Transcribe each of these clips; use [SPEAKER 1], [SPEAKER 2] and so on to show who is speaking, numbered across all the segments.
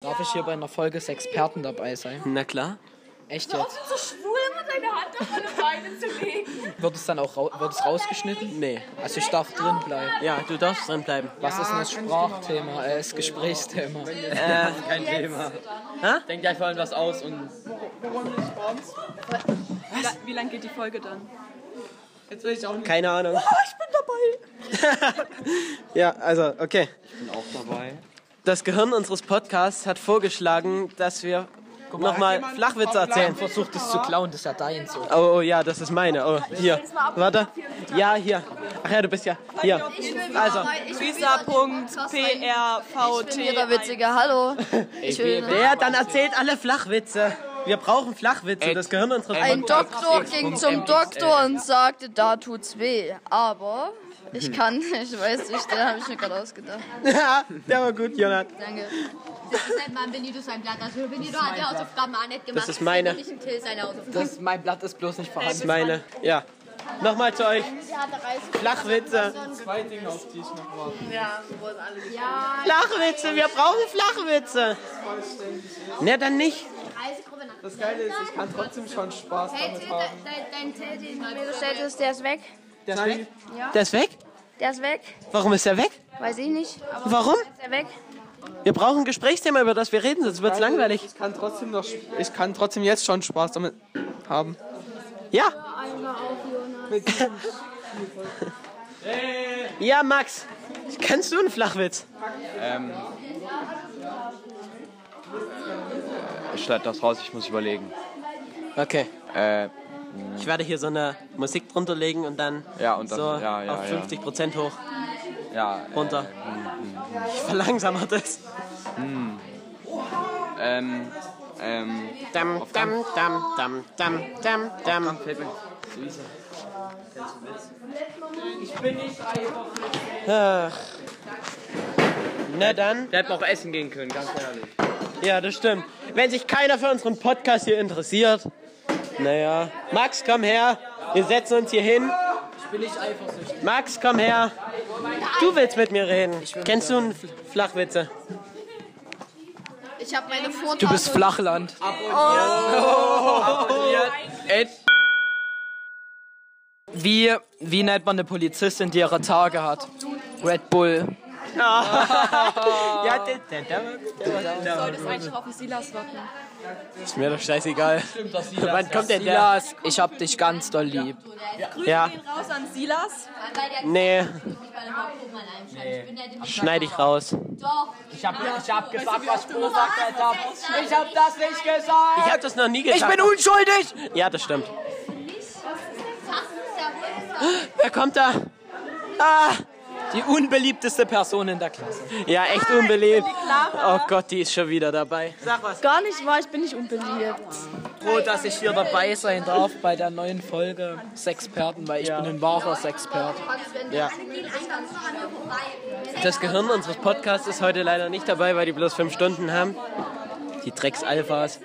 [SPEAKER 1] Darf ich hier bei einer Folge Sexperten dabei sein?
[SPEAKER 2] Na klar.
[SPEAKER 1] Echt
[SPEAKER 3] Warum
[SPEAKER 1] jetzt?
[SPEAKER 3] sind so schwul immer deine Hand auf meine Beine zu legen?
[SPEAKER 1] Wird es dann auch rau wird es rausgeschnitten?
[SPEAKER 2] Nee.
[SPEAKER 1] Also ich darf drin bleiben.
[SPEAKER 2] Ja, du darfst drin bleiben.
[SPEAKER 1] Was ist denn das Sprachthema? Äh, das Gesprächsthema.
[SPEAKER 4] Kein Thema.
[SPEAKER 2] Ähm, Hä?
[SPEAKER 4] Denk gleich vor allem was aus und.
[SPEAKER 3] Wie lange geht die Folge dann?
[SPEAKER 4] Jetzt will ich auch nicht.
[SPEAKER 2] Keine Ahnung.
[SPEAKER 3] Oh,
[SPEAKER 2] ja, also, okay.
[SPEAKER 4] Ich bin auch dabei.
[SPEAKER 2] Das Gehirn unseres Podcasts hat vorgeschlagen, dass wir nochmal Flachwitze erzählen.
[SPEAKER 1] Versucht es zu klauen, das ist ja dein so.
[SPEAKER 2] Oh, oh, ja, das ist meine. Oh, hier. Warte. Ja, hier. Ach ja, du bist ja. Hier. Also,
[SPEAKER 5] Jeder witzige Hallo. ne? Ich will
[SPEAKER 2] der dann erzählt alle Flachwitze. Wir brauchen Flachwitze. Das Gehirn unseres
[SPEAKER 5] ein
[SPEAKER 2] Podcasts.
[SPEAKER 5] Doktor ging zum Doktor und sagte, da tut's weh. Aber ich kann nicht, ich weiß nicht, den habe ich mir gerade ausgedacht.
[SPEAKER 2] Ja, der war gut, Jonathan.
[SPEAKER 5] Danke.
[SPEAKER 6] Nennt man Benito sein Blatt. Also Benito hat die Hausaufgaben auch nicht gemacht.
[SPEAKER 2] Das ist meine.
[SPEAKER 6] Ich nicht Till seine Hausaufgaben.
[SPEAKER 1] Das, mein Blatt ist bloß nicht
[SPEAKER 2] Das ist
[SPEAKER 1] vorhanden.
[SPEAKER 2] meine. Ja. Nochmal zu euch. Flachwitze.
[SPEAKER 4] Zwei Dinge, auf die ich noch warte.
[SPEAKER 2] Flachwitze, wir brauchen Flachwitze. Na, dann nicht.
[SPEAKER 4] Das Geile ist, ich kann trotzdem schon Spaß damit haben.
[SPEAKER 6] Dein Till, den
[SPEAKER 7] Du stellst es, der ist weg.
[SPEAKER 4] Der ist weg.
[SPEAKER 2] Der ist weg?
[SPEAKER 7] Der ist weg.
[SPEAKER 2] Warum ist er weg?
[SPEAKER 7] Weiß ich nicht. Aber
[SPEAKER 2] Warum?
[SPEAKER 7] ist er weg?
[SPEAKER 2] Wir brauchen ein Gesprächsthema, über das wir reden, sonst wird's langweilig.
[SPEAKER 4] Ich kann trotzdem noch. Ich kann trotzdem jetzt schon Spaß damit haben.
[SPEAKER 2] Ja. Ja, Max. Kennst du einen Flachwitz?
[SPEAKER 8] Ähm, Schneid das raus, ich muss überlegen.
[SPEAKER 2] Okay.
[SPEAKER 8] Äh,
[SPEAKER 2] Ich werde hier so eine Musik drunter legen und dann
[SPEAKER 8] Ja, und das-
[SPEAKER 2] so
[SPEAKER 8] ja, ja,
[SPEAKER 2] auf
[SPEAKER 8] ja.
[SPEAKER 2] 50 Prozent hoch,
[SPEAKER 8] ja.
[SPEAKER 2] runter. Ich verlangsamer das.
[SPEAKER 8] Ähm, ähm,
[SPEAKER 2] Dam, dam, dam, dam, dam, dam, dam. Ach. Na dann.
[SPEAKER 4] Wir hätten auch essen gehen können, ganz ehrlich.
[SPEAKER 2] Ja, das stimmt. Wenn sich keiner für unseren Podcast hier interessiert. Naja. Max, komm her. Wir setzen uns hier hin. Max, komm her. Du willst mit mir reden. Kennst du einen Fl- Flachwitze?
[SPEAKER 5] Ich habe meine Vortat.
[SPEAKER 1] Du bist Flachland. Wie, wie nennt man eine Polizistin, die ihre Tage hat? Red Bull.
[SPEAKER 2] Ja, der, der, der, der, der, der.
[SPEAKER 3] Das ist eigentlich auf den Silas warten.
[SPEAKER 2] Ist mir doch scheißegal. Wann kommt denn der?
[SPEAKER 1] Silas, ich hab dich ganz doll lieb.
[SPEAKER 2] Ja,
[SPEAKER 3] Raus an Silas.
[SPEAKER 6] weil der
[SPEAKER 2] nee,
[SPEAKER 6] nicht bei der Hauptgruppe an einem schreibt. Ich bin der, dem
[SPEAKER 2] schneide ich raus.
[SPEAKER 6] Doch.
[SPEAKER 1] Ich hab, ich hab gesagt, was ich gesagt hab. Ich hab das nicht gesagt.
[SPEAKER 2] Ich hab das noch nie gesagt.
[SPEAKER 1] Ich bin unschuldig.
[SPEAKER 2] Ja, das stimmt.
[SPEAKER 6] Das ist ja wohl
[SPEAKER 2] Wer kommt da? Ah,
[SPEAKER 1] Die unbeliebteste Person in der Klasse.
[SPEAKER 2] ja, echt unbeliebt. Oh Gott, die ist schon wieder dabei. Sag was.
[SPEAKER 7] Gar nicht wahr, ich bin nicht unbeliebt.
[SPEAKER 1] Froh, dass ich hier dabei sein darf bei der neuen Folge Sexperten, weil ich bin ein wahrer Sexperte.
[SPEAKER 2] Ja.
[SPEAKER 6] Gehen einfach nur an mir vorbei.
[SPEAKER 2] Das Gehirn unseres Podcasts ist heute leider nicht dabei, weil die bloß fünf Stunden haben. Die Drecks-Alphas.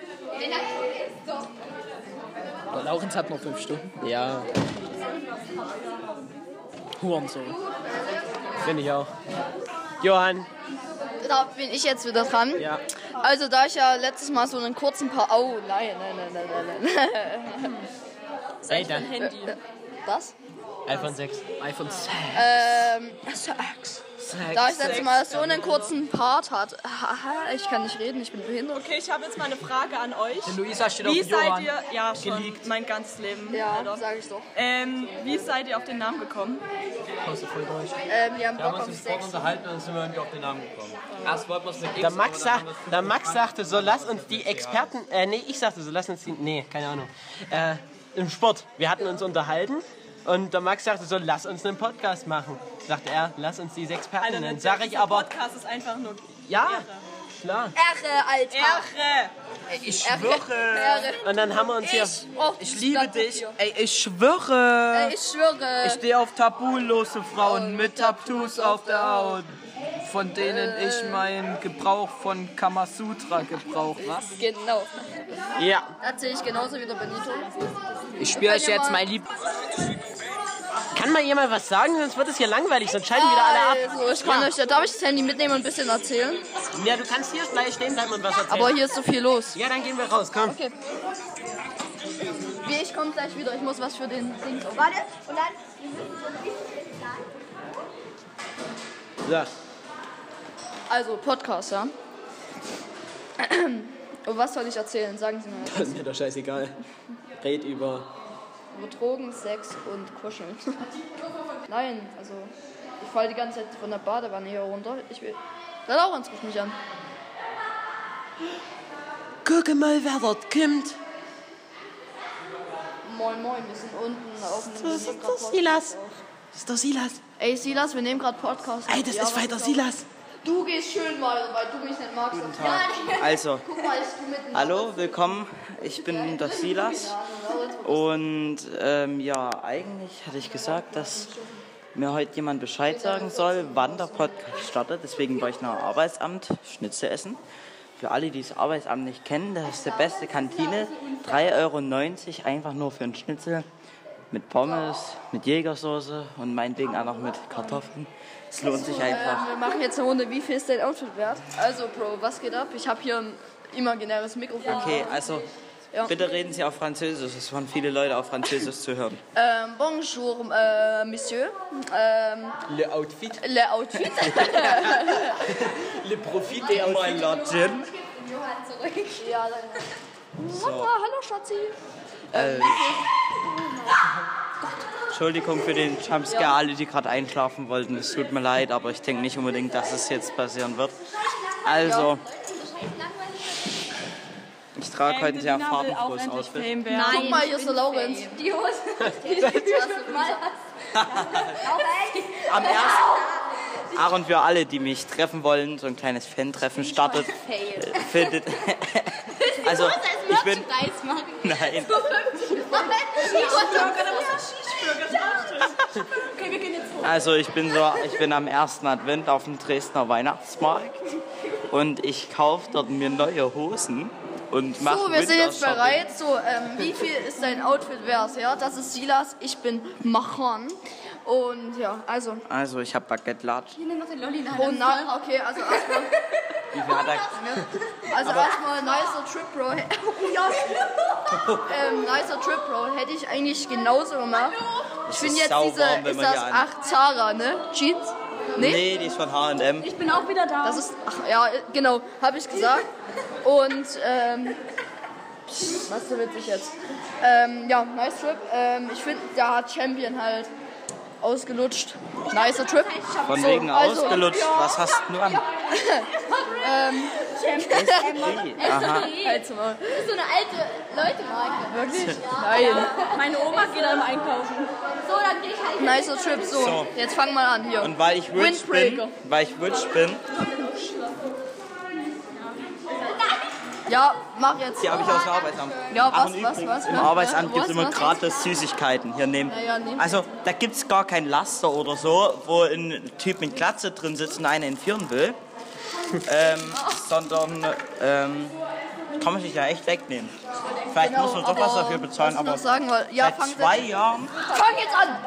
[SPEAKER 1] Laurenz hat noch fünf Stunden.
[SPEAKER 2] Ja,
[SPEAKER 1] Hurensohn.
[SPEAKER 2] finde ich auch. Johann.
[SPEAKER 5] Da bin ich jetzt wieder dran.
[SPEAKER 2] Ja.
[SPEAKER 5] Also da ich ja letztes Mal so einen kurzen paar... Oh, nein, nein, nein, nein, nein, nein.
[SPEAKER 2] Hey, dann.
[SPEAKER 3] Handy.
[SPEAKER 5] Das?
[SPEAKER 2] iPhone 6.
[SPEAKER 1] iPhone 6.
[SPEAKER 5] Ähm, Sex. Da ich letztes Mal so einen kurzen Part hatte. Haha, ich kann nicht reden, ich bin behindert.
[SPEAKER 3] Okay, ich habe jetzt mal eine Frage an euch.
[SPEAKER 1] Luisa steht
[SPEAKER 3] Wie
[SPEAKER 1] auf
[SPEAKER 3] seid
[SPEAKER 1] Johann.
[SPEAKER 3] ihr, ja schon, mein ganzes Leben.
[SPEAKER 5] Ja,
[SPEAKER 3] Alter.
[SPEAKER 5] sag ich doch.
[SPEAKER 3] Ähm, wie seid ihr auf den Namen gekommen?
[SPEAKER 5] Ähm, wir haben Bock auf Sex.
[SPEAKER 4] unterhalten und sind wir irgendwie auf den Namen gekommen. Erst wollten wir es mit X.
[SPEAKER 2] Der Max, sag, der Max sagte, so lass uns die Experten, äh, nee, ich sagte, so lass uns die, nee, keine Ahnung, äh, im Sport. Wir hatten uns unterhalten und der Max sagte, so lass uns einen Podcast machen. Sagte er, lass uns die Experten nennen. Sag ich
[SPEAKER 3] dieser
[SPEAKER 2] aber,
[SPEAKER 3] Podcast ist einfach nur
[SPEAKER 2] ja, klar.
[SPEAKER 5] Ehre, Alter.
[SPEAKER 3] Ehre.
[SPEAKER 1] Ich
[SPEAKER 5] Ehre. Ehre. oh,
[SPEAKER 2] Und dann haben wir uns hier,
[SPEAKER 5] brauch
[SPEAKER 1] Ich
[SPEAKER 5] dieses
[SPEAKER 1] liebe
[SPEAKER 5] Blatt
[SPEAKER 1] dich.
[SPEAKER 5] Papier.
[SPEAKER 1] Ey, ich schwöre.
[SPEAKER 5] Ich schwöre.
[SPEAKER 1] Ich stehe auf tabulose Frauen mit Tattoos auf der Haut, von denen ich meinen Gebrauch von Kamasutra gebrauch. Was?
[SPEAKER 5] Genau.
[SPEAKER 2] ja,
[SPEAKER 5] Natürlich genauso wie der Benito.
[SPEAKER 1] Ich spiele euch
[SPEAKER 5] jetzt mein
[SPEAKER 1] Lieb.
[SPEAKER 2] Kann mal jemand was sagen, sonst wird es hier langweilig, sonst schalten wieder alle ab.
[SPEAKER 5] Also, ich kann euch, darf ich das Handy mitnehmen und ein bisschen erzählen?
[SPEAKER 2] Ja, du kannst hier gleich stehen bleiben und was erzählen.
[SPEAKER 5] Aber hier ist so viel los.
[SPEAKER 2] ja, dann gehen wir raus, komm.
[SPEAKER 5] Okay. Wie, ich komme gleich wieder. Ich muss was für den Ding. Oh, warte. Und dann.
[SPEAKER 2] So.
[SPEAKER 5] Also, Podcast, ja. Und was soll ich erzählen? Sagen Sie mal.
[SPEAKER 2] Das ist mir doch scheißegal. Red über.
[SPEAKER 5] Über Drogen, Sex und Kuscheln. Nein, also. Ich falle die ganze Zeit von der Badewanne hier runter. Ich will. Der Laurens ruft mich an.
[SPEAKER 2] Gucke mal, wer dort kommt.
[SPEAKER 5] Moin, moin, wir sind unten auf dem.
[SPEAKER 2] Das
[SPEAKER 5] wir
[SPEAKER 2] ist
[SPEAKER 5] nehmen
[SPEAKER 2] das
[SPEAKER 5] grad
[SPEAKER 2] Silas.
[SPEAKER 5] Podcast
[SPEAKER 2] Das ist doch Silas.
[SPEAKER 5] auf. Ey, Silas, wir nehmen gerade Podcast. auf.
[SPEAKER 2] Ey, das
[SPEAKER 5] Ja,
[SPEAKER 2] ist
[SPEAKER 5] was
[SPEAKER 2] weiter
[SPEAKER 5] auch-
[SPEAKER 2] Silas.
[SPEAKER 5] Du gehst schön weiter, weil du mich nicht magst. Ja,
[SPEAKER 9] Also,
[SPEAKER 5] guck mal, ich tu mitten.
[SPEAKER 9] hallo, willkommen. Ich bin der Silas. Und ähm, ja, eigentlich hatte ich gesagt, dass mir heute jemand Bescheid sagen soll, wann der Podcast startet. Deswegen war ich noch Arbeitsamt Schnitzel essen. Für alle, die das Arbeitsamt nicht kennen, das ist die beste Kantine. 3,90 Euro einfach nur für einen Schnitzel. Mit Pommes, mit Jägersoße und meinetwegen auch noch mit Kartoffeln. Es lohnt sich einfach.
[SPEAKER 5] Ähm, wir machen jetzt eine Runde, wie viel ist dein Outfit wert? Also, Bro, was geht ab? Ich habe hier ein imaginäres Mikrofon.
[SPEAKER 9] Okay, also
[SPEAKER 5] Ja.
[SPEAKER 9] bitte reden Sie auf Französisch. Es waren viele Leute auf Französisch zu hören.
[SPEAKER 5] Ähm, bonjour, äh, Monsieur. Ähm,
[SPEAKER 2] Le Outfit.
[SPEAKER 5] le Outfit.
[SPEAKER 2] Le Profit der Outfit.
[SPEAKER 9] Lodgen.
[SPEAKER 5] ja, dann. Mama, hallo, Schatzi.
[SPEAKER 9] Äh, Entschuldigung für den Jumpscare, alle, die gerade einschlafen wollten. Es tut mir leid, aber ich denke nicht unbedingt, dass es jetzt passieren wird. Also, ich trage heute ein sehr farbenfrohes Outfit.
[SPEAKER 3] Fame werden.
[SPEAKER 5] Guck mal, hier ist der Laurens. Die Hose. Die Tasse.
[SPEAKER 9] Am ersten. Aaron, für alle, die mich treffen wollen, so ein kleines Fan-Treffen startet, äh, findet. Also, ich bin.
[SPEAKER 6] Merchandise machen.
[SPEAKER 9] Nein. Also ich bin so, ich bin am ersten Advent auf dem Dresdner Weihnachtsmarkt und ich kaufe dort mir neue Hosen und mache
[SPEAKER 5] So, wir sind jetzt bereit. So, ähm, wie viel ist dein Outfit wert? Ja, das ist Silas, ich bin Machon. Und ja, also.
[SPEAKER 9] Also ich habe Baguette Latsch.
[SPEAKER 6] Ich nehme noch den Lolli in der
[SPEAKER 5] Oh
[SPEAKER 6] Hand.
[SPEAKER 5] nein, okay, also erstmal.
[SPEAKER 9] Wie viel hat er?
[SPEAKER 5] Also erstmal nicer Trip Bro. Oh ja. ähm, nicer Trip Bro hätte ich eigentlich genauso gemacht. Ich
[SPEAKER 9] ist
[SPEAKER 5] finde jetzt
[SPEAKER 9] sauwarm,
[SPEAKER 5] diese,
[SPEAKER 9] wenn
[SPEAKER 5] ist
[SPEAKER 9] man
[SPEAKER 5] das
[SPEAKER 9] hier an-
[SPEAKER 5] 8 Zara, ne? Jeans? Nee?
[SPEAKER 9] Nee, die ist von H&M.
[SPEAKER 6] Ich bin auch wieder da.
[SPEAKER 5] Das ist, ach ja, genau, habe ich gesagt. Und, ähm, pff, was so witzig jetzt. Ähm, ja, nice Trip. Ähm, ich finde, da hat Champion halt ausgelutscht. Nicer Trip.
[SPEAKER 9] Von
[SPEAKER 5] So,
[SPEAKER 9] wegen
[SPEAKER 5] also-
[SPEAKER 9] ausgelutscht. Was hast du an? ähm. Aha.
[SPEAKER 5] Halt's mal.
[SPEAKER 6] Das ist so eine alte Leute-Marke.
[SPEAKER 5] Wirklich? Nein.
[SPEAKER 3] Meine Oma geht dann einkaufen.
[SPEAKER 6] So, dann gehe ich halt hin.
[SPEAKER 5] Nicer Trip. So,
[SPEAKER 9] So.
[SPEAKER 5] jetzt fang mal an hier.
[SPEAKER 9] Und weil ich rich bin,
[SPEAKER 5] Windbreaker.
[SPEAKER 9] weil ich rich bin,
[SPEAKER 5] Ja, mach jetzt.
[SPEAKER 9] die habe ich aus dem Arbeitsamt.
[SPEAKER 5] Ah, Ja,
[SPEAKER 9] Ach,
[SPEAKER 5] was,
[SPEAKER 9] und
[SPEAKER 5] was,
[SPEAKER 9] übrigens,
[SPEAKER 5] was,
[SPEAKER 9] Im
[SPEAKER 5] was,
[SPEAKER 9] Arbeitsamt
[SPEAKER 5] was,
[SPEAKER 9] gibt es
[SPEAKER 5] was,
[SPEAKER 9] immer
[SPEAKER 5] was?
[SPEAKER 9] gratis Süßigkeiten. Hier nehmen.
[SPEAKER 5] Ja, ja, nehmen.
[SPEAKER 9] Also, da gibt es gar kein Laster oder so, wo ein Typ mit Glatze drin sitzt und einen entführen will. ähm, sondern, ähm, kann man sich ja echt wegnehmen. Vielleicht muss man doch was dafür bezahlen,
[SPEAKER 5] was ich Genau, noch
[SPEAKER 9] aber
[SPEAKER 5] sagen wollte. Ja,
[SPEAKER 9] seit
[SPEAKER 5] fang
[SPEAKER 9] zwei
[SPEAKER 5] jetzt-
[SPEAKER 9] Jahren,
[SPEAKER 5] Fang jetzt an!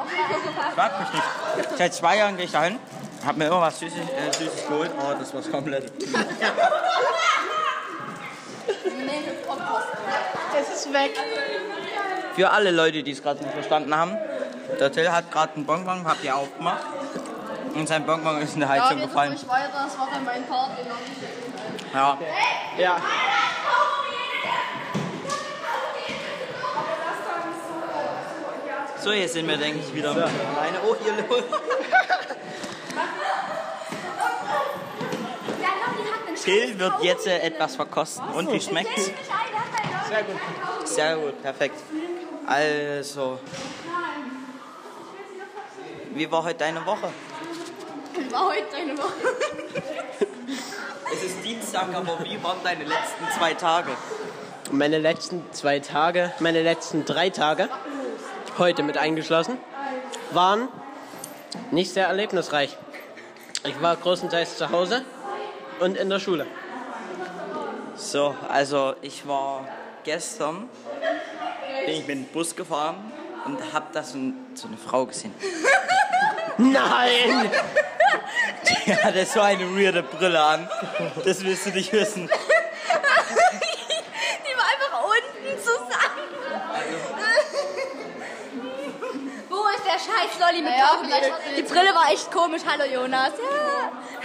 [SPEAKER 9] frag mich nicht, seit zwei Jahren gehe ich dahin, habe mir immer was Süßes, äh, Süßes geholt. Oh, das war's komplett.
[SPEAKER 7] Das ist weg.
[SPEAKER 9] Für alle Leute, die es gerade nicht verstanden haben, der Till hat gerade einen Bonbon, habt ihr aufgemacht. Und sein Bonbon ist in die
[SPEAKER 5] Ja,
[SPEAKER 9] Heizung
[SPEAKER 5] jetzt
[SPEAKER 9] gefallen.
[SPEAKER 5] ruhig weiter, das war dann mein Part, den noch nicht.
[SPEAKER 9] Ja.
[SPEAKER 2] Ja.
[SPEAKER 9] So, hier sind wir, denke ich, wieder alleine. Oh, hier los.
[SPEAKER 6] Ja, Lolli hat einen
[SPEAKER 9] Till wird jetzt äh, etwas verkosten. Und wie schmeckt's?
[SPEAKER 2] Sehr gut.
[SPEAKER 9] Sehr gut, perfekt. Also. Wie war heute deine Woche?
[SPEAKER 5] War heute deine Woche.
[SPEAKER 9] Es ist Dienstag, aber wie waren deine letzten zwei Tage?
[SPEAKER 2] Meine letzten zwei Tage, meine letzten drei Tage, heute mit eingeschlossen, waren nicht sehr erlebnisreich. Ich war großenteils zu Hause und in der Schule.
[SPEAKER 9] So, also ich war gestern, bin ich mit dem Bus gefahren und hab da so, ein, so eine Frau gesehen.
[SPEAKER 2] Nein!
[SPEAKER 9] Die hatte so eine weirde Brille an. Das willst du nicht wissen.
[SPEAKER 6] Die war einfach unten zusammen. Wo ist der scheiß Lolli mit
[SPEAKER 3] Naja,
[SPEAKER 6] Augenlash? Die Brille war echt komisch. Hallo Jonas.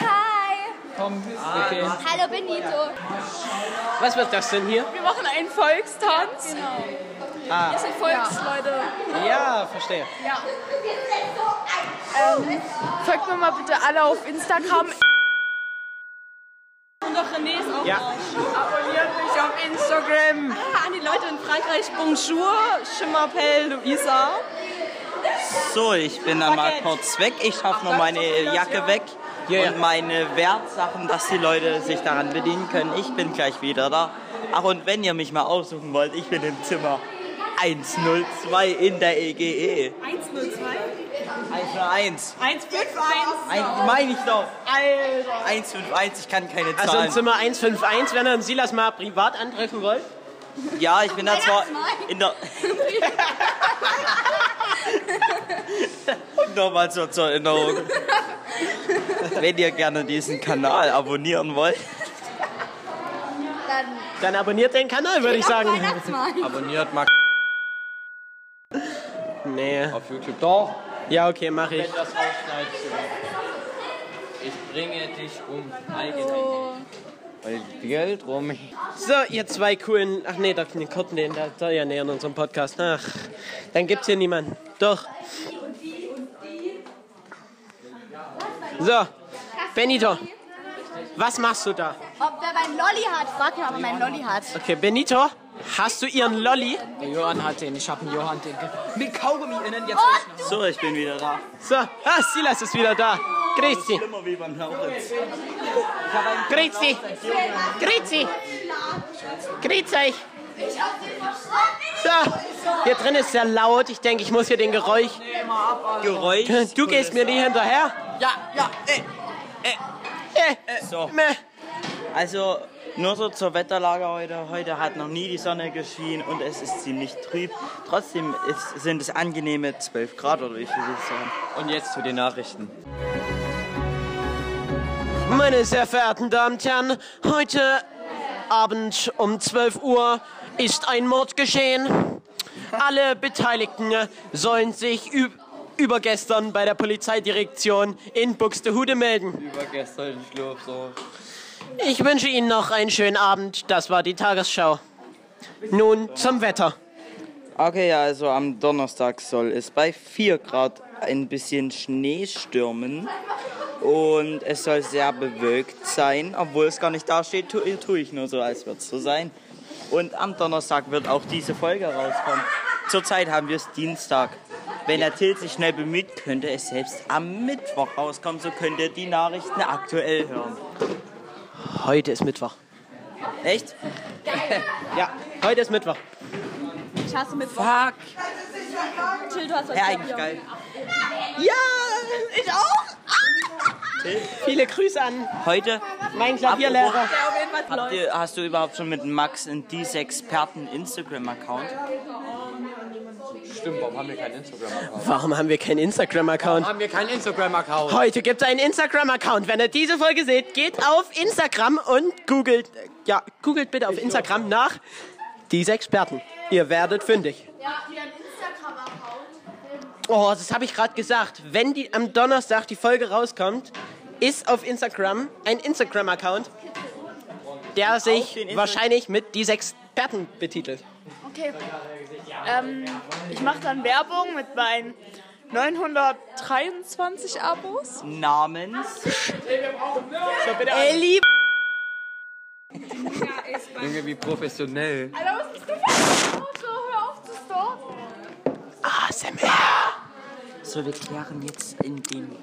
[SPEAKER 6] Ja. Hi.
[SPEAKER 2] Okay.
[SPEAKER 6] Hallo Benito.
[SPEAKER 2] Was wird das denn hier?
[SPEAKER 7] Wir machen einen Volkstanz.
[SPEAKER 2] Ah,
[SPEAKER 7] Das sind Volksleute.
[SPEAKER 2] ja, verstehe.
[SPEAKER 7] Folgt mir mal bitte alle auf Instagram.
[SPEAKER 3] Und doch René's auch.
[SPEAKER 2] Ja,
[SPEAKER 7] Abonniert mich auf Instagram.
[SPEAKER 3] Ah, an die Leute in Frankreich, bonjour, je m'appelle Luisa.
[SPEAKER 9] So, ich bin dann mal kurz weg. Ich hab nur meine Jacke weg
[SPEAKER 2] Ja, ja.
[SPEAKER 9] und meine Wertsachen, dass die Leute sich daran bedienen können. Ich bin gleich wieder da. Ach, und wenn ihr mich mal aussuchen wollt, ich bin im Zimmer 102 in der E EGE.
[SPEAKER 3] 102.
[SPEAKER 9] 101.
[SPEAKER 3] 151.
[SPEAKER 9] Ein, meine ich doch. Alter. 151, ich kann keine
[SPEAKER 2] also
[SPEAKER 9] Zahlen.
[SPEAKER 2] in Zimmer 151, wenn ihr den Silas mal privat antreffen wollt.
[SPEAKER 9] ja, ich bin da zwar in der... Nochmal zur, zur Erinnerung. Wenn ihr gerne diesen Kanal abonnieren wollt,
[SPEAKER 6] Dann
[SPEAKER 2] Dann abonniert den Kanal, würde ich sagen.
[SPEAKER 6] Weihnachtsmann.
[SPEAKER 8] Abonniert Max
[SPEAKER 2] Nee.
[SPEAKER 8] auf YouTube. Doch,
[SPEAKER 2] Ja, okay, mache ich.
[SPEAKER 8] das rausschneidest Ich bringe dich um. Weil Geld rum.
[SPEAKER 2] So, ihr zwei coolen. Ach nee, da kommt den, da, da ja näher in unserem Podcast. Ach, dann gibt's hier niemanden. Doch. So, Benito, was machst du da?
[SPEAKER 6] Ob wer meinen Lolli hat? Frag mal, ob er meinen Lolli hat.
[SPEAKER 2] Okay, Benito, hast du ihren Lolli?
[SPEAKER 4] Der Johann hat den, ich hab einen Johann den. Mit Kaugummi innen jetzt.
[SPEAKER 9] so, ich bin wieder da.
[SPEAKER 2] So, ah, Silas ist wieder da. Grüezi,
[SPEAKER 9] Immer wie beim Lauritz.
[SPEAKER 2] grüezi, grüezi, grüezi euch. So, hier drin ist sehr laut. Ich denke, ich muss hier den Geräusch.
[SPEAKER 9] Geräusch.
[SPEAKER 2] Du gehst mir nie hinterher.
[SPEAKER 9] Ja, ja, eh, ey.
[SPEAKER 2] Äh,
[SPEAKER 9] So.
[SPEAKER 2] meh.
[SPEAKER 9] Also nur so zur Wetterlage heute. Heute hat noch nie die Sonne geschienen und es ist ziemlich trüb. Trotzdem ist, sind es angenehme 12 Grad oder wie viel es sagen.
[SPEAKER 8] Und jetzt zu den Nachrichten.
[SPEAKER 2] Meine sehr verehrten Damen und Herren, heute Abend um 12 Uhr ist ein Mord geschehen. Alle Beteiligten sollen sich üb übergestern bei der Polizeidirektion in Buxtehude melden.
[SPEAKER 8] Übergestern, ich glaube so.
[SPEAKER 2] Ich wünsche Ihnen noch einen schönen Abend. Das war die Tagesschau. Nun zum Wetter.
[SPEAKER 9] Okay, ja, also am Donnerstag soll es bei 4 Grad ein bisschen Schnee stürmen. Und es soll sehr bewölkt sein, obwohl es gar nicht dasteht, tue tu ich nur so, als würde es so sein. Und am Donnerstag wird auch diese Folge rauskommen. Zurzeit haben wir es Dienstag. Wenn der Till sich schnell bemüht, könnte es selbst am Mittwoch rauskommen, so könnt ihr die Nachrichten aktuell hören.
[SPEAKER 2] Heute ist Mittwoch.
[SPEAKER 9] Echt?
[SPEAKER 2] Ja, heute ist Mittwoch.
[SPEAKER 3] Ich hasse mit
[SPEAKER 9] Fuck!
[SPEAKER 3] Till, du hast heute
[SPEAKER 9] Ja, eigentlich geil.
[SPEAKER 6] Ich auch.
[SPEAKER 2] Viele Grüße an
[SPEAKER 9] Heute
[SPEAKER 2] meinen Klavierlehrer.
[SPEAKER 3] Der auf jeden Fall läuft.
[SPEAKER 9] Habt ihr, hast du überhaupt schon mit Max in diese Experten Instagram-Account?
[SPEAKER 8] Stimmt, warum haben wir kein Instagram-Account?
[SPEAKER 2] Warum haben wir keinen Instagram-Account?
[SPEAKER 4] Haben wir keinen Instagram-Account.
[SPEAKER 2] Heute gibt es einen Instagram-Account. Wenn ihr diese Folge seht, geht auf Instagram und googelt, äh, ja, googelt bitte auf Instagram nach diese Experten. Ihr werdet fündig. Oh, das habe ich gerade gesagt. Wenn die am Donnerstag die Folge rauskommt, ist auf Instagram ein Instagram-Account, der sich
[SPEAKER 9] den Insta-
[SPEAKER 2] wahrscheinlich mit die Experten betitelt.
[SPEAKER 7] Okay. Ähm, ich mache dann Werbung mit meinen 923 Abos.
[SPEAKER 9] Namens?
[SPEAKER 2] Ellie,
[SPEAKER 8] Junge, wie professionell.
[SPEAKER 7] Alter, was ist das für ein Auto? Hör auf zu stalken.
[SPEAKER 2] ASMR.
[SPEAKER 9] So, wir klären jetzt in dem.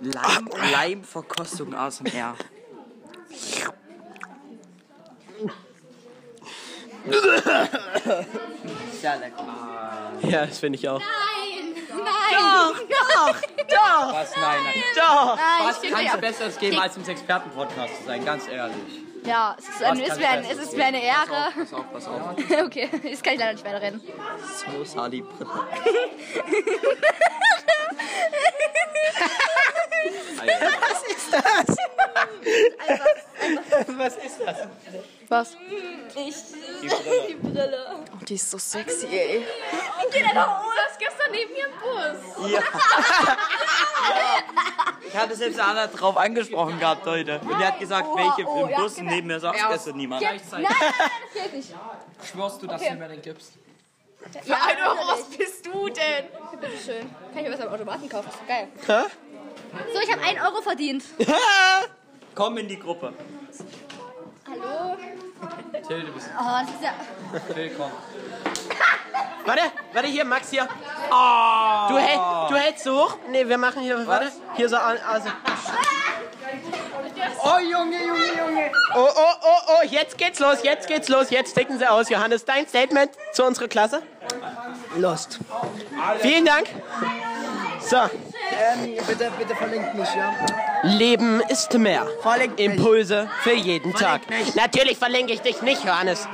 [SPEAKER 9] Leim, Leimverkostung aus dem R. Sehr lecker.
[SPEAKER 2] Ja, das finde ich auch.
[SPEAKER 6] Nein. Nein. Doch.
[SPEAKER 8] Was? Nein, nein.
[SPEAKER 2] Doch.
[SPEAKER 6] Nein.
[SPEAKER 8] Was kann es Besseres geben, als im Experten-Podcast zu sein? Ganz ehrlich.
[SPEAKER 6] Ja, es ist, ähm, ist, mir, ein, es ist mir eine Ehre.
[SPEAKER 8] Pass auf, pass auf.
[SPEAKER 6] Okay, jetzt kann ich leider nicht weiterreden.
[SPEAKER 8] So, Sali, Brille.
[SPEAKER 2] Was ist das?
[SPEAKER 5] Was?
[SPEAKER 6] Ich. Die Brille.
[SPEAKER 3] Oh, die ist so sexy, ey.
[SPEAKER 6] Ich geh einfach ohne. Das gestern neben mir im Bus.
[SPEAKER 9] Ich hatte selbst Anna drauf angesprochen gehabt heute. Und die hat gesagt,
[SPEAKER 6] Oh,
[SPEAKER 9] welche
[SPEAKER 6] oh,
[SPEAKER 9] im
[SPEAKER 6] ja,
[SPEAKER 9] Bus
[SPEAKER 6] genau.
[SPEAKER 9] neben mir saß gestern niemand.
[SPEAKER 6] Nein, nein, nein, das geht nicht.
[SPEAKER 1] Schwörst du, dass
[SPEAKER 6] Okay.
[SPEAKER 1] du mir den gibst?
[SPEAKER 6] Ja,
[SPEAKER 7] Ein Euro, was
[SPEAKER 6] natürlich.
[SPEAKER 7] bist du denn?
[SPEAKER 6] Bitteschön. Kann ich mir was am Automaten kaufen? Das ist geil. So, ich habe 1 Euro verdient.
[SPEAKER 9] Komm in die Gruppe.
[SPEAKER 6] Hallo? Oh, das ist ja.
[SPEAKER 2] Warte, warte hier, Max hier. Du, hält, du hältst so hoch. Nee, wir machen hier, warte. Hier so, an- also. Oh, Junge, Junge, Junge. Oh, oh, oh, oh, jetzt geht's los, jetzt geht's los, jetzt ticken sie aus. Johannes, dein Statement zu unserer Klasse? Lost. Vielen Dank. So.
[SPEAKER 4] Bitte, bitte verlinkt mich, ja?
[SPEAKER 2] Leben ist mehr.
[SPEAKER 4] Verlinkt mich.
[SPEAKER 2] Impulse für jeden
[SPEAKER 4] Verlinkt
[SPEAKER 2] Tag.
[SPEAKER 4] mich.
[SPEAKER 2] Natürlich verlinke ich dich nicht, Johannes.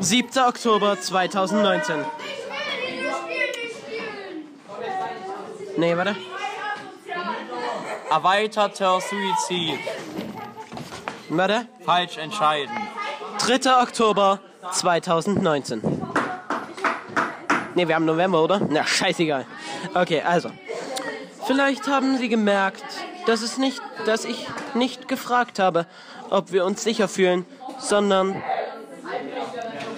[SPEAKER 2] 7. Oktober 2019. Nee, warte.
[SPEAKER 8] Erweiterter Suizid.
[SPEAKER 2] Warte.
[SPEAKER 8] Falsch entscheiden.
[SPEAKER 2] 3. Oktober 2019. Ne, wir haben November, oder? Na, scheißegal. Okay, also. Vielleicht haben Sie gemerkt, dass, es nicht, dass ich nicht gefragt habe, ob wir uns sicher fühlen, sondern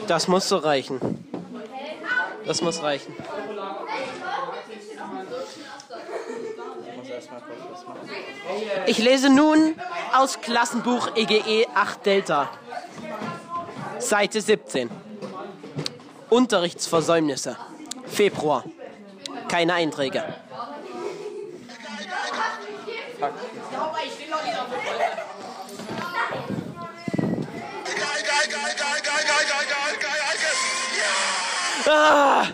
[SPEAKER 2] das muss so reichen. Das muss reichen. Ich lese nun aus Klassenbuch E EGE 8 Delta. Seite 17. Unterrichtsversäumnisse. Februar. Keine Einträge. Ah!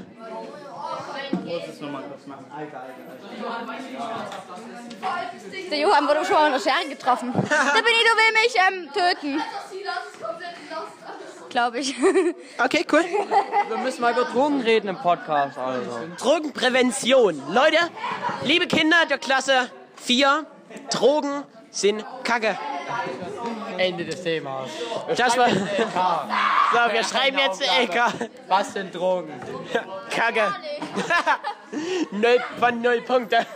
[SPEAKER 6] Der Johann wurde schon mal in der Schere getroffen. Der Benito will mich ähm, töten. Glaube ich.
[SPEAKER 2] Okay, cool.
[SPEAKER 9] Wir müssen mal über Drogen reden im Podcast, also.
[SPEAKER 2] Drogenprävention. Leute, liebe Kinder der Klasse 4, Drogen sind Kacke.
[SPEAKER 10] Ende des Themas.
[SPEAKER 2] Das war.
[SPEAKER 10] E
[SPEAKER 2] So, wir schreiben jetzt eine LK.
[SPEAKER 10] Was sind Drogen?
[SPEAKER 2] Kacke. null von null Punkte.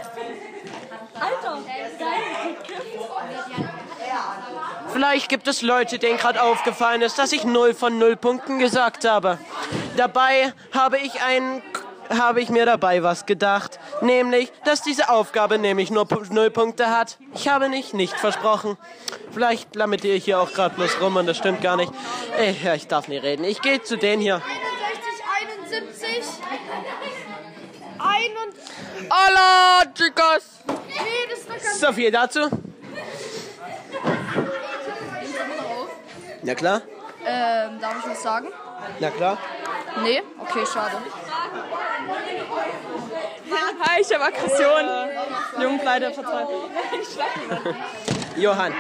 [SPEAKER 2] Vielleicht gibt es Leute, denen gerade aufgefallen ist, dass ich null von null Punkten gesagt habe. Dabei habe ich einen habe ich mir dabei was gedacht, nämlich, dass diese Aufgabe nämlich nur Pu- null Punkte hat. Ich habe nicht nicht versprochen. Vielleicht lamentiere ich hier auch gerade bloß rum und das stimmt gar nicht. Ey, ja, ich darf nicht reden. Ich gehe zu denen hier.
[SPEAKER 6] 61, 71.
[SPEAKER 2] Hola, chicos!
[SPEAKER 6] Nee, das ist doch ganz
[SPEAKER 2] So viel dazu. Na klar,
[SPEAKER 5] Ähm, darf ich was sagen?
[SPEAKER 2] na klar.
[SPEAKER 5] Nee? Okay, schade.
[SPEAKER 3] Hi, ich habe Aggression. Jungkleider verteilt.
[SPEAKER 2] Johann,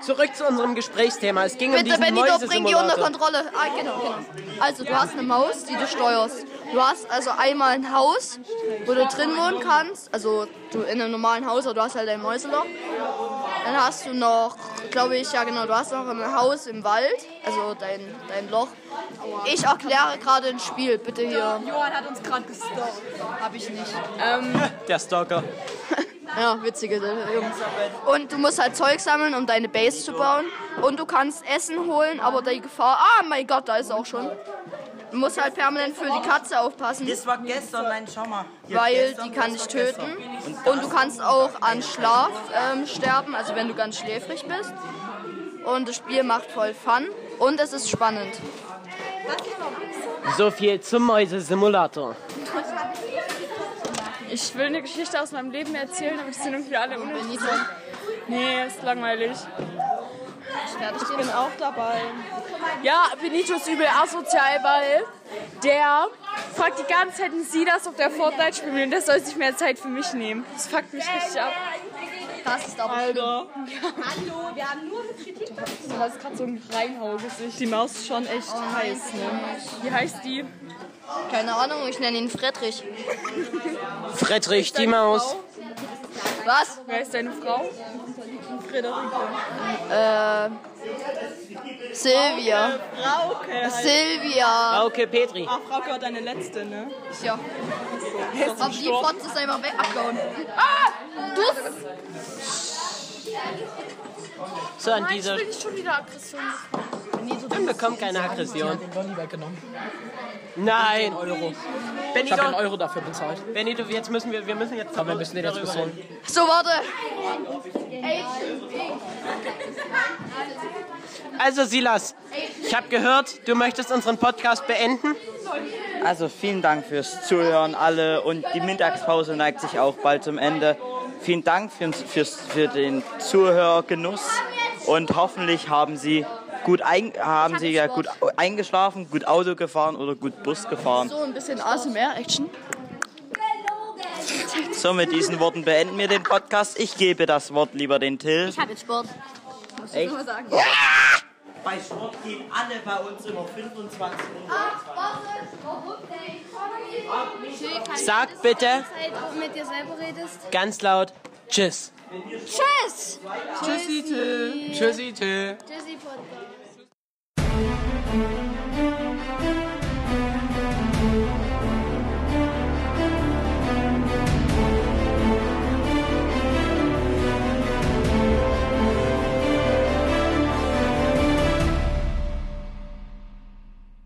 [SPEAKER 2] zurück zu unserem Gesprächsthema. Es ging um
[SPEAKER 5] Bitte,
[SPEAKER 2] diesen
[SPEAKER 5] Benito, bring die unter
[SPEAKER 2] Mäusesimulator.
[SPEAKER 5] Kontrolle. Ah, genau, genau. Also, du hast eine Maus, die du steuerst. Du hast also einmal ein Haus, wo du drin wohnen kannst. Also, du in einem normalen Haus, aber du hast halt dein Mäuseloch. Dann hast du noch, glaube ich, ja genau, du hast noch ein Haus im Wald, also dein, dein Loch. Ich erkläre gerade ein Spiel, bitte hier.
[SPEAKER 3] Johann hat uns gerade gestalkt.
[SPEAKER 5] Hab ich nicht.
[SPEAKER 2] Der Stalker.
[SPEAKER 5] Ja, witzige Jungs. Und du musst halt Zeug sammeln, um deine Base zu bauen. Und du kannst Essen holen, aber die Gefahr. Ah, mein Gott, da ist er auch schon. Du musst halt permanent für die Katze aufpassen,
[SPEAKER 9] Das war gestern, nein, schau mal. Hier,
[SPEAKER 5] weil
[SPEAKER 9] gestern,
[SPEAKER 5] die kann
[SPEAKER 9] das
[SPEAKER 5] dich
[SPEAKER 9] war
[SPEAKER 5] töten.
[SPEAKER 9] gestern.
[SPEAKER 5] Und du kannst auch an Schlaf ähm, sterben, also wenn du ganz schläfrig bist. Und das Spiel macht voll Fun. Und es ist spannend.
[SPEAKER 2] So viel zum Mäusesimulator.
[SPEAKER 7] Ich will eine Geschichte aus meinem Leben erzählen, aber ich sind irgendwie alle unnötig. Nee, ist langweilig.
[SPEAKER 3] Ich bin auch dabei.
[SPEAKER 7] Ja, Benito ist übel asozial, weil der fragt die ganze Zeit, hätten Sie das auf der Fortnite spielen und das soll sich mehr Zeit für mich nehmen. Das fuckt mich richtig ab.
[SPEAKER 6] Podcast ist aber
[SPEAKER 3] Alter.
[SPEAKER 6] Hallo, wir haben nur mit Kritik
[SPEAKER 3] Das ist gerade so ein Reinhau Gesicht. Die Maus ist schon
[SPEAKER 7] Oh
[SPEAKER 3] echt heiß, ne? Wie heißt die?
[SPEAKER 6] Keine Ahnung, ich nenne ihn Friedrich.
[SPEAKER 2] Friedrich, die Maus.
[SPEAKER 6] Was?
[SPEAKER 3] Wer ist deine Frau? Friederike.
[SPEAKER 5] Äh, Silvia.
[SPEAKER 3] Frauke.
[SPEAKER 5] Silvia.
[SPEAKER 2] Frauke Petri.
[SPEAKER 3] Ah, Frauke war deine letzte, ne?
[SPEAKER 5] Ja.
[SPEAKER 6] Aber die Fotze ist einfach weg abgehauen.
[SPEAKER 5] Ah!
[SPEAKER 6] Du
[SPEAKER 2] So, an
[SPEAKER 7] Nein, ich
[SPEAKER 2] dieser
[SPEAKER 7] will nicht schon wieder Aggression.
[SPEAKER 2] Dann bekommt keine Aggression. Nein. Euro.
[SPEAKER 10] Ich habe einen Euro dafür bezahlt.
[SPEAKER 2] Benito, jetzt müssen wir, wir müssen jetzt
[SPEAKER 10] Komm, wir müssen den jetzt
[SPEAKER 2] darüber
[SPEAKER 10] besorgen.
[SPEAKER 2] reden.
[SPEAKER 5] So, warte.
[SPEAKER 2] Also Silas, ich habe gehört, du möchtest unseren Podcast beenden.
[SPEAKER 9] Also vielen Dank fürs Zuhören alle und die Mittagspause neigt sich auch bald zum Ende. Vielen Dank für, fürs, für den Zuhörgenuss und hoffentlich haben Sie gut ein, haben Sie ja gut eingeschlafen, gut Auto gefahren oder gut Bus gefahren.
[SPEAKER 5] So, ein bisschen ASMR-Action.
[SPEAKER 9] So mit diesen Worten beenden wir den Podcast. Ich gebe das Wort lieber den Till.
[SPEAKER 6] Ich habe jetzt Sport. Muss
[SPEAKER 9] Echt?
[SPEAKER 6] ich nur sagen.
[SPEAKER 9] Bei Sport geben alle bei uns immer 25 Minuten.
[SPEAKER 2] Sag bitte
[SPEAKER 7] Halt,
[SPEAKER 6] Zeit, wo du mit dir selber redest.
[SPEAKER 2] ganz laut Tschüss.
[SPEAKER 6] Tschüss! Tschüssi, Tschüssi,
[SPEAKER 10] Tschüssi, Till.
[SPEAKER 6] Tschüssi, Podcast.